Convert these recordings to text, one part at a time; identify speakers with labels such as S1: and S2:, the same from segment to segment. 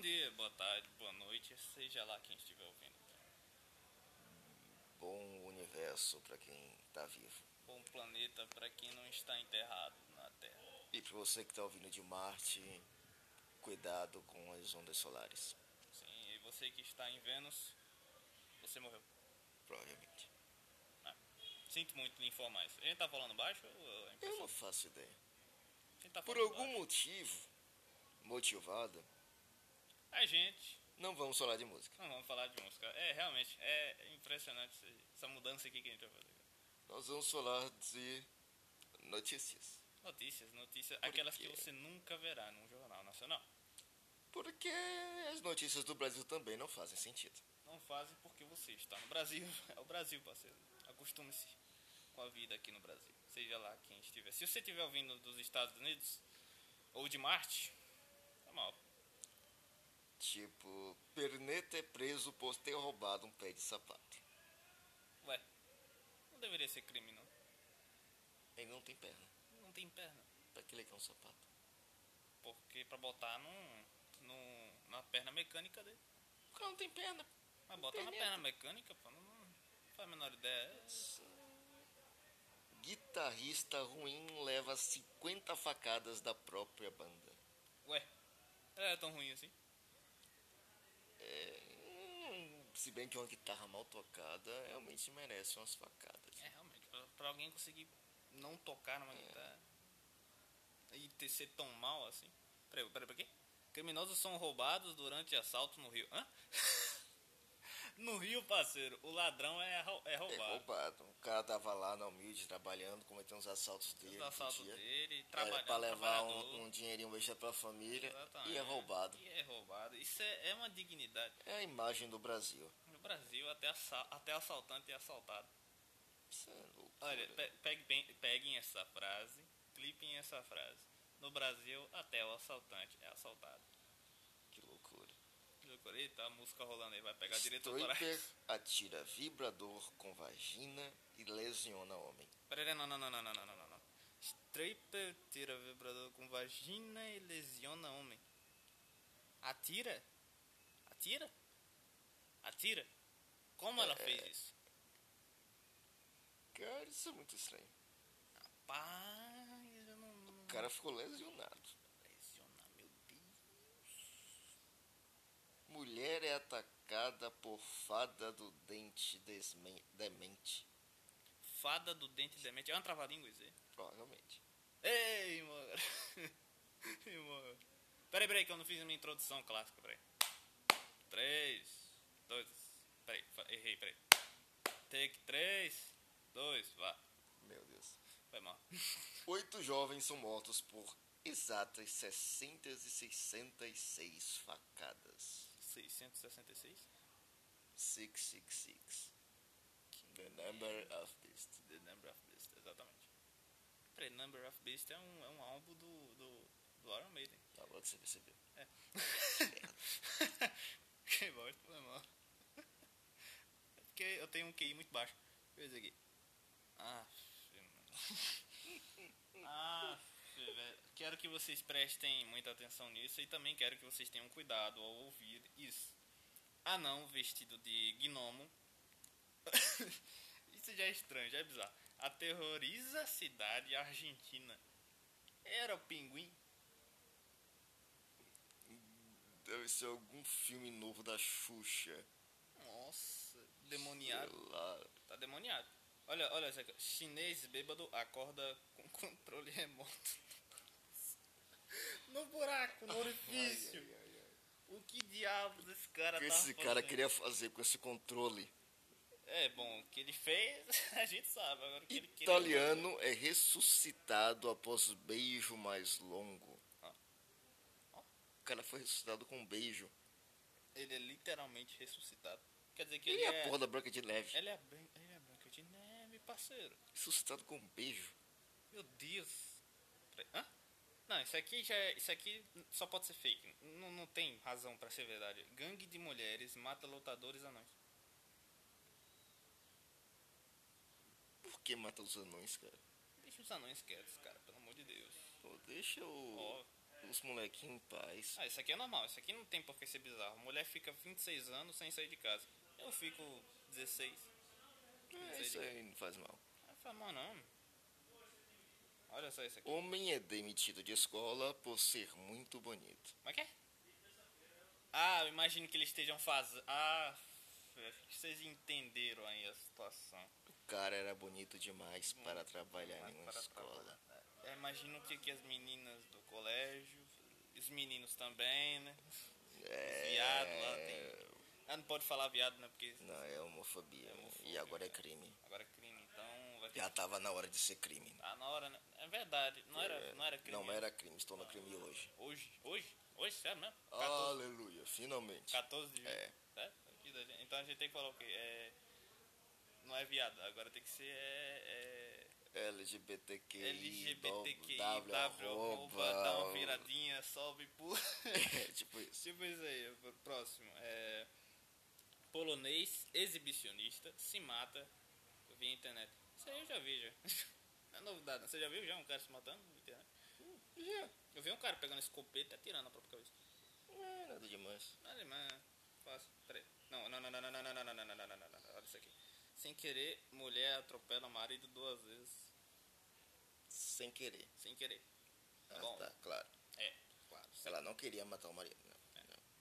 S1: dia, boa tarde, boa noite, seja lá quem estiver ouvindo.
S2: Bom universo para quem está vivo.
S1: Bom planeta para quem não está enterrado na Terra.
S2: E para você que está ouvindo de Marte, cuidado com as ondas solares,
S1: Sim, e você que está em Vênus, você morreu.
S2: provavelmente.
S1: Sinto muito lhe informar isso. A gente tá falando baixo ou é
S2: Eu
S1: impressão?
S2: não faço ideia.
S1: A gente tá
S2: Por
S1: falando
S2: algum
S1: baixo.
S2: motivo, motivado,
S1: A gente,
S2: não vamos falar de música.
S1: não vamos falar de música. É, realmente, é impressionante esse- essa mudança aqui que a gente vai fazer.
S2: Nós vamos falar de notícias.
S1: Notícias, notícias,
S2: Por
S1: aquelas que
S2: quê?
S1: você nunca verá num jornal nacional.
S2: Porque as notícias do Brasil também não fazem sentido.
S1: Não fazem porque você está no Brasil. É o Brasil, parceiro. Acostume-se com a vida aqui no Brasil. Seja lá quem estiver. Se você estiver ouvindo dos Estados Unidos ou de Marte, tá mal.
S2: Tipo, Perneta é preso por ter roubado um pé de sapato.
S1: Ué, não deveria ser crime, não.
S2: Ele não tem perna.
S1: Não tem perna.
S2: Pra que ele quer um sapato?
S1: Porque pra botar num, num, na perna mecânica dele.
S2: O cara não tem perna.
S1: Mas botar na
S2: Perneta.
S1: perna mecânica, pô, não, não faz a menor ideia.
S2: Guitarrista ruim leva 50 facadas da própria banda.
S1: Ué, é tão ruim assim?
S2: É, hum, se bem que uma guitarra mal tocada realmente merece umas facadas.
S1: É, realmente, pra, pra alguém conseguir não tocar
S2: É.
S1: numa guitarra e ter, ser tão mal assim. Peraí, peraí, pra quê? Criminosos são roubados durante assalto no Rio. Hã? no Rio, parceiro, o ladrão é, rou- é
S2: É
S1: roubado.
S2: roubado. O cara tava lá na humilde trabalhando, cometendo os assaltos dele.
S1: Os
S2: no
S1: assaltos
S2: dia.
S1: dele,
S2: Era
S1: trabalhando,
S2: pra levar
S1: trabalhador.
S2: um, um dinheirinho extra pra família
S1: Exatamente.
S2: e é roubado.
S1: E é roubado. Isso é, é uma dignidade.
S2: É a imagem do Brasil.
S1: No Brasil, até, assa- até assaltante é assaltado.
S2: Isso é loucura.
S1: Olha, pe- pegue bem- peguem essa frase, clipem essa frase. No Brasil, até o assaltante é assaltado.
S2: que loucura.
S1: Eita, a música rolando aí, vai pegar direito autoral.
S2: Stripper atira vibrador com vagina e lesiona homem.
S1: Peraí, não, não, não, não, não, não, não, não. Stripper tira vibrador com vagina e lesiona homem. Atira? Atira? Atira? Como ela
S2: É.
S1: fez isso?
S2: Cara, isso é muito estranho.
S1: Rapaz, eu não... não-
S2: O cara ficou lesionado.
S1: Lesiona, meu Deus.
S2: Mulher é atacada por fada do dente desmen- demente.
S1: Fada do dente demente. É uma trava-língua isso aí?
S2: Provavelmente.
S1: Ei, mano. Ei, mano. Peraí, peraí, que eu não fiz a minha introdução clássica, peraí. Três, dois. Peraí, fa- errei, peraí. Take três, dois, vá.
S2: Meu Deus.
S1: Foi mal.
S2: Oito jovens são mortos por exatas 666 facadas.
S1: 666?
S2: 666. The number of beast.
S1: The Number of Beast, exatamente. Peraí, Number of Beast é um, é um álbum do, do, do Iron Maiden.
S2: Agora que você percebeu.
S1: É. que bosta, foi mal. É porque eu tenho um QI muito baixo. Deixa eu ver isso aqui. Ah, mano. Ah, velho. Quero que vocês prestem muita atenção nisso e também quero que vocês tenham cuidado ao ouvir isso. Anão vestido de gnomo. isso já é estranho, já é bizarro. Aterroriza a cidade argentina. Era o pinguim?
S2: Deve ser algum filme novo da Xuxa.
S1: Nossa, demoniado.
S2: Sei lá.
S1: Tá demoniado. Olha, olha isso aqui. ó. Chinês bêbado acorda com controle remoto. No buraco, no orifício.
S2: Ai, ai, ai, ai.
S1: O que diabos esse cara
S2: O que
S1: tá
S2: esse cara
S1: fazendo?
S2: queria fazer com esse controle?
S1: É, bom, o que ele fez, a gente sabe. Agora o que ele queria-
S2: Italiano é ressuscitado após beijo mais longo.
S1: Ah. Ah.
S2: O cara foi ressuscitado com um beijo.
S1: Ele é literalmente ressuscitado. Quer dizer que
S2: Ele
S1: ele
S2: é a
S1: é...
S2: porra da Branca de Neve.
S1: Ele é, bran- ele é branco de neve, parceiro.
S2: Ressuscitado com um beijo.
S1: Meu Deus. Peraí, Hã? Não, isso aqui já é, isso aqui só pode ser fake. Não, não tem razão pra ser verdade. Gangue de mulheres mata lutadores anões.
S2: Por que mata os anões, cara?
S1: Deixa os anões quietos, cara, pelo amor de Deus.
S2: Pô, deixa o...
S1: Ó,
S2: os molequinhos em paz.
S1: Ah, isso aqui é normal, isso aqui não tem por que ser bizarro. Mulher fica 26 anos sem sair de casa. Eu fico 16.
S2: É,
S1: sei
S2: isso
S1: de-
S2: aí não faz mal.
S1: Aí fala, mano, não. olha só isso aqui.
S2: Homem é demitido de escola por ser muito bonito.
S1: Como é que é? Ah, eu imagino que eles estejam fazendo. Ah, eu acho que vocês entenderam aí a situação.
S2: O cara era bonito demais para trabalhar
S1: Mas
S2: em uma
S1: para
S2: escola.
S1: trabalhar. Eu É, imagino que, que as meninas do colégio, os meninos também, né?
S2: É...
S1: Viado lá tem- Ah, não pode falar viado, né? Porque
S2: Não, é homofobia.
S1: É
S2: né?
S1: homofobia,
S2: E agora é
S1: né?
S2: crime.
S1: agora é crime, então vai ter
S2: Já tava na hora de ser crime.
S1: Ah, na hora, né? É verdade, não era,
S2: É,
S1: não era crime.
S2: Não era crime, estou no crime hoje.
S1: Hoje, hoje, hoje, sério mesmo? 14,
S2: Aleluia, finalmente.
S1: 14 de julho.
S2: É.
S1: É, aqui da gente. Então a gente tem que falar o quê? É, não é viado, agora tem que ser é, é,
S2: LGBTQI,
S1: LGBTQI,
S2: W,
S1: W,
S2: arroba,
S1: arroba, dá uma viradinha, sobe, pula.
S2: É, tipo isso.
S1: tipo isso aí, o próximo. É, polonês exibicionista se mata via internet. Isso aí eu já vi já. Não é novidade, não. Você já viu já um cara se matando via internet?
S2: Uh, Já,
S1: Eu vi um cara pegando escopeta e atirando na própria cabeça.
S2: não é nada demais.
S1: Olha, mas é fácil. Peraí. Não, não, não, não, não, não, não, não, não, não, não, não, não, não, não, não. Olha isso aqui. Sem querer, mulher atropela marido duas vezes.
S2: Sem querer.
S1: Sem querer.
S2: Ah,
S1: Bom.
S2: tá, claro.
S1: É, claro. Sei lá.
S2: Ela não queria matar o marido. né?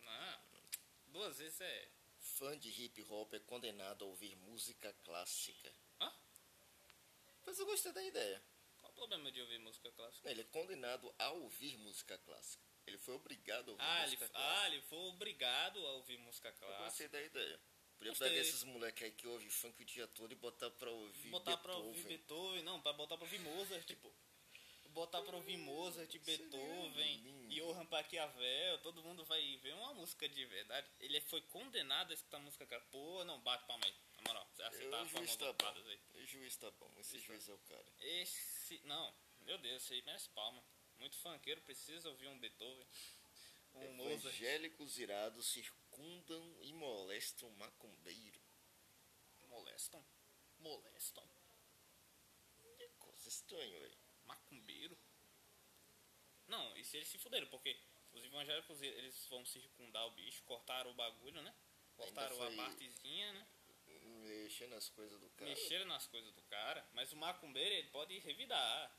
S2: Não.
S1: Não. Duas vezes é.
S2: Fã de hip hop é condenado a ouvir música clássica.
S1: Hã?
S2: Mas eu gostei da ideia.
S1: Qual o problema de ouvir música clássica?
S2: Ele é condenado a ouvir música clássica. Ele foi obrigado a ouvir
S1: Ah, ele,
S2: música clássica.
S1: ah, ele foi obrigado a ouvir música
S2: Eu
S1: clássica.
S2: gostei da ideia. Podia
S1: Ah, Gostei.
S2: pegar esses moleques aí que ouvem funk o dia todo e botar pra ouvir
S1: Botar pra
S2: Beethoven.
S1: ouvir Beethoven, não, pra botar pra ouvir Mozart, tipo. Botar pra ouvir Mozart, Beethoven,
S2: é lindo.
S1: Johann Paquiavel, todo mundo vai ver uma música de verdade. Ele foi condenado a escutar música cara. Pô, não, bate palma aí. Na moral, Ah, você
S2: Eu
S1: acertar a palma
S2: juiz tá
S1: do
S2: bom.
S1: aí.
S2: O juiz tá bom. Esse
S1: Juiz tá
S2: juiz é o cara.
S1: Esse. Não, meu Deus, esse aí merece palma. Muito funkeiro, precisa ouvir um Beethoven,
S2: É
S1: um Mozart.
S2: Evangélicos irados circundam e molestam macumbeiro.
S1: Molestam. Molestam.
S2: Que coisa estranha, velho.
S1: Macumbeiro? Não, e se eles se fuderam, porque os evangélicos eles vão circundar o bicho, cortaram o bagulho, né? Cortaram
S2: foi-
S1: a partezinha, né?
S2: Mexendo as coisas do cara.
S1: Mexeram nas coisas do cara, mas o macumbeiro ele pode revidar.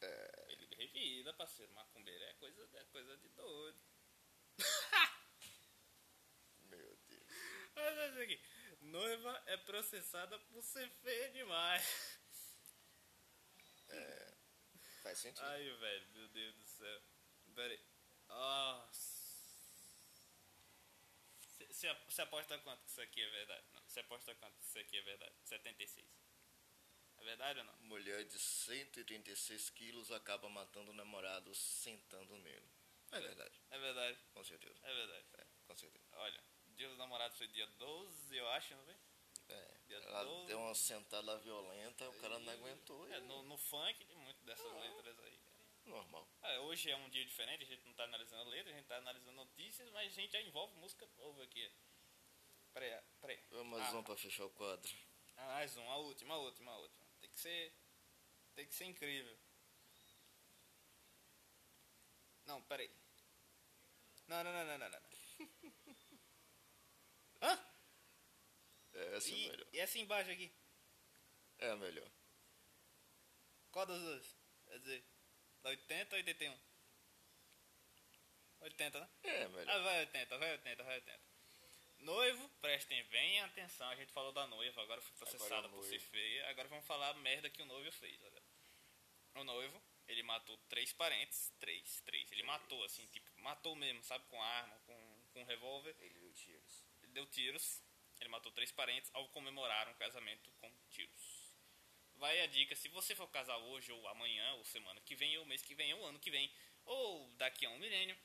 S2: É.
S1: Ele revida, parceiro. Macumbeiro é coisa, é coisa de doido.
S2: Meu Deus.
S1: Olha isso aqui. Noiva é processada por ser feia demais.
S2: Faz sentido.
S1: Ai, velho, meu Deus do céu. Pera aí. Nossa. Você aposta quanto que isso aqui é verdade? Você aposta quanto que isso aqui é verdade? 76. É verdade ou não?
S2: Mulher de 136 quilos acaba matando o namorado sentando nele. É verdade.
S1: É verdade,
S2: Com certeza.
S1: é verdade.
S2: É, com certeza.
S1: Olha, dia dos namorados foi dia 12, eu acho, não foi?
S2: É.
S1: Dia
S2: Ela
S1: todo.
S2: deu uma sentada violenta, o cara não aguentou.
S1: É,
S2: e-
S1: no, no funk tem muito dessas letras aí.
S2: Normal.
S1: Ah, hoje é um dia diferente, a gente não tá analisando letras, a gente tá analisando notícias, mas a gente já envolve música nova aqui. Peraí, peraí.
S2: Vamos mais
S1: Ah.
S2: um pra fechar o quadro.
S1: Ah, mais um, a última, a última, a última. Tem que ser. Tem que ser incrível. Não, peraí. Não, não, não, não, não, não. não. Hã?
S2: É, essa é
S1: E,
S2: a melhor.
S1: e essa embaixo aqui?
S2: É a melhor.
S1: Qual das duas? Quer dizer, da 80 ou 81? 80, né?
S2: É a melhor.
S1: Ah, vai 80, vai 80, vai 80. Noivo, prestem bem atenção, a gente falou da noiva, agora foi processada
S2: Agora é
S1: por
S2: noivo.
S1: ser feia. Agora vamos falar a merda que o noivo fez, olha. O noivo, ele matou três parentes, três, três. Ele matou, assim, tipo, matou mesmo, sabe, com arma, com, com revólver.
S2: Ele deu tiros.
S1: Ele deu tiros, ele matou três parentes ao comemorar um casamento com tiros. Vai a dica, se você for casar hoje, ou amanhã, ou semana que vem, ou mês que vem, ou ano que vem, ou daqui a um milênio,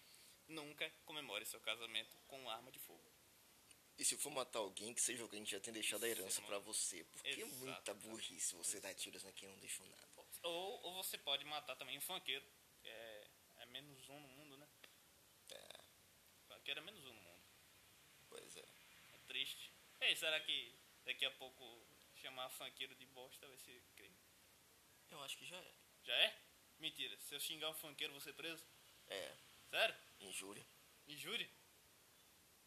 S1: nunca comemore seu casamento com arma de fogo.
S2: E se for matar alguém, que seja alguém que já tenha deixado a herança
S1: Sim,
S2: pra você. Porque é
S1: Exatamente.
S2: muita burrice você dar tiros naquele que não deixou nada.
S1: Ou, ou você pode matar também um funkeiro, que é, é menos um no mundo, né?
S2: É,
S1: Funkeiro é menos um no mundo.
S2: pois é.
S1: É triste. Ei, será que daqui a pouco chamar funkeiro de bosta vai ser crime?
S2: Eu acho que já é.
S1: Já é? Mentira, se eu xingar um funkeiro, vou ser preso?
S2: É,
S1: Sério?
S2: injúria.
S1: Injúria?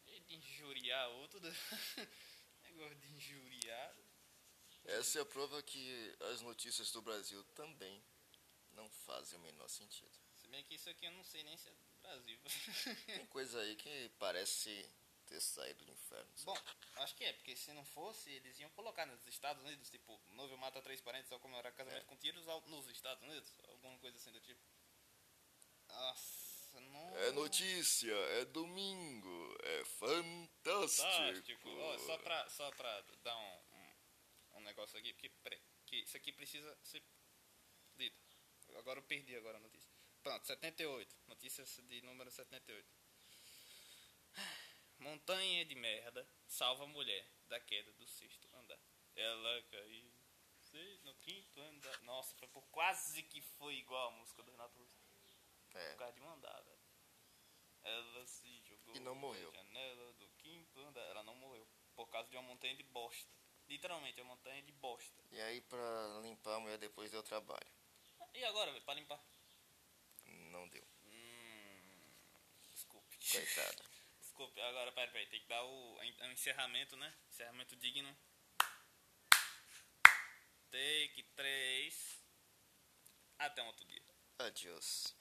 S1: E É De injuriar outro. do- Negócio de injuriar.
S2: Essa é a prova que as notícias do Brasil também não fazem o menor sentido.
S1: Se bem que isso aqui eu não sei nem se é do Brasil.
S2: Tem coisa aí que parece ter saído do inferno. sabe?
S1: Bom, acho que é, porque se não fosse, eles iam colocar nos Estados Unidos, tipo, noivo mata três parentes ao comemorar casamento
S2: É.
S1: com tiros ao- nos Estados Unidos, alguma coisa assim do tipo. Nossa, não.
S2: É notícia, é domingo, é fantástico.
S1: Fantástico. Ó, só, pra, só pra dar um, um, um negócio aqui, porque peraí, que isso aqui precisa ser dito. Agora eu perdi agora a notícia. Pronto, 78. Notícias de número 78. Montanha de merda salva a mulher da queda do sexto andar. Ela caiu sei, no quinto andar. Nossa, foi por quase que foi igual a música do Renato Russo.
S2: É.
S1: Por causa de um andar, velho. Ela se jogou
S2: E não
S1: da
S2: morreu.
S1: janela do quinto andar. Ela não morreu. Por causa de uma montanha de bosta. Literalmente, uma montanha de bosta.
S2: E aí pra limpar a mulher depois deu trabalho.
S1: E agora, velho, pra limpar?
S2: Não deu,
S1: Hum, desculpe.
S2: coitada.
S1: Desculpe, agora, pera, pera, tem que dar o, en- o encerramento, né? Encerramento digno. Take 3. Até um outro dia.
S2: Adiós.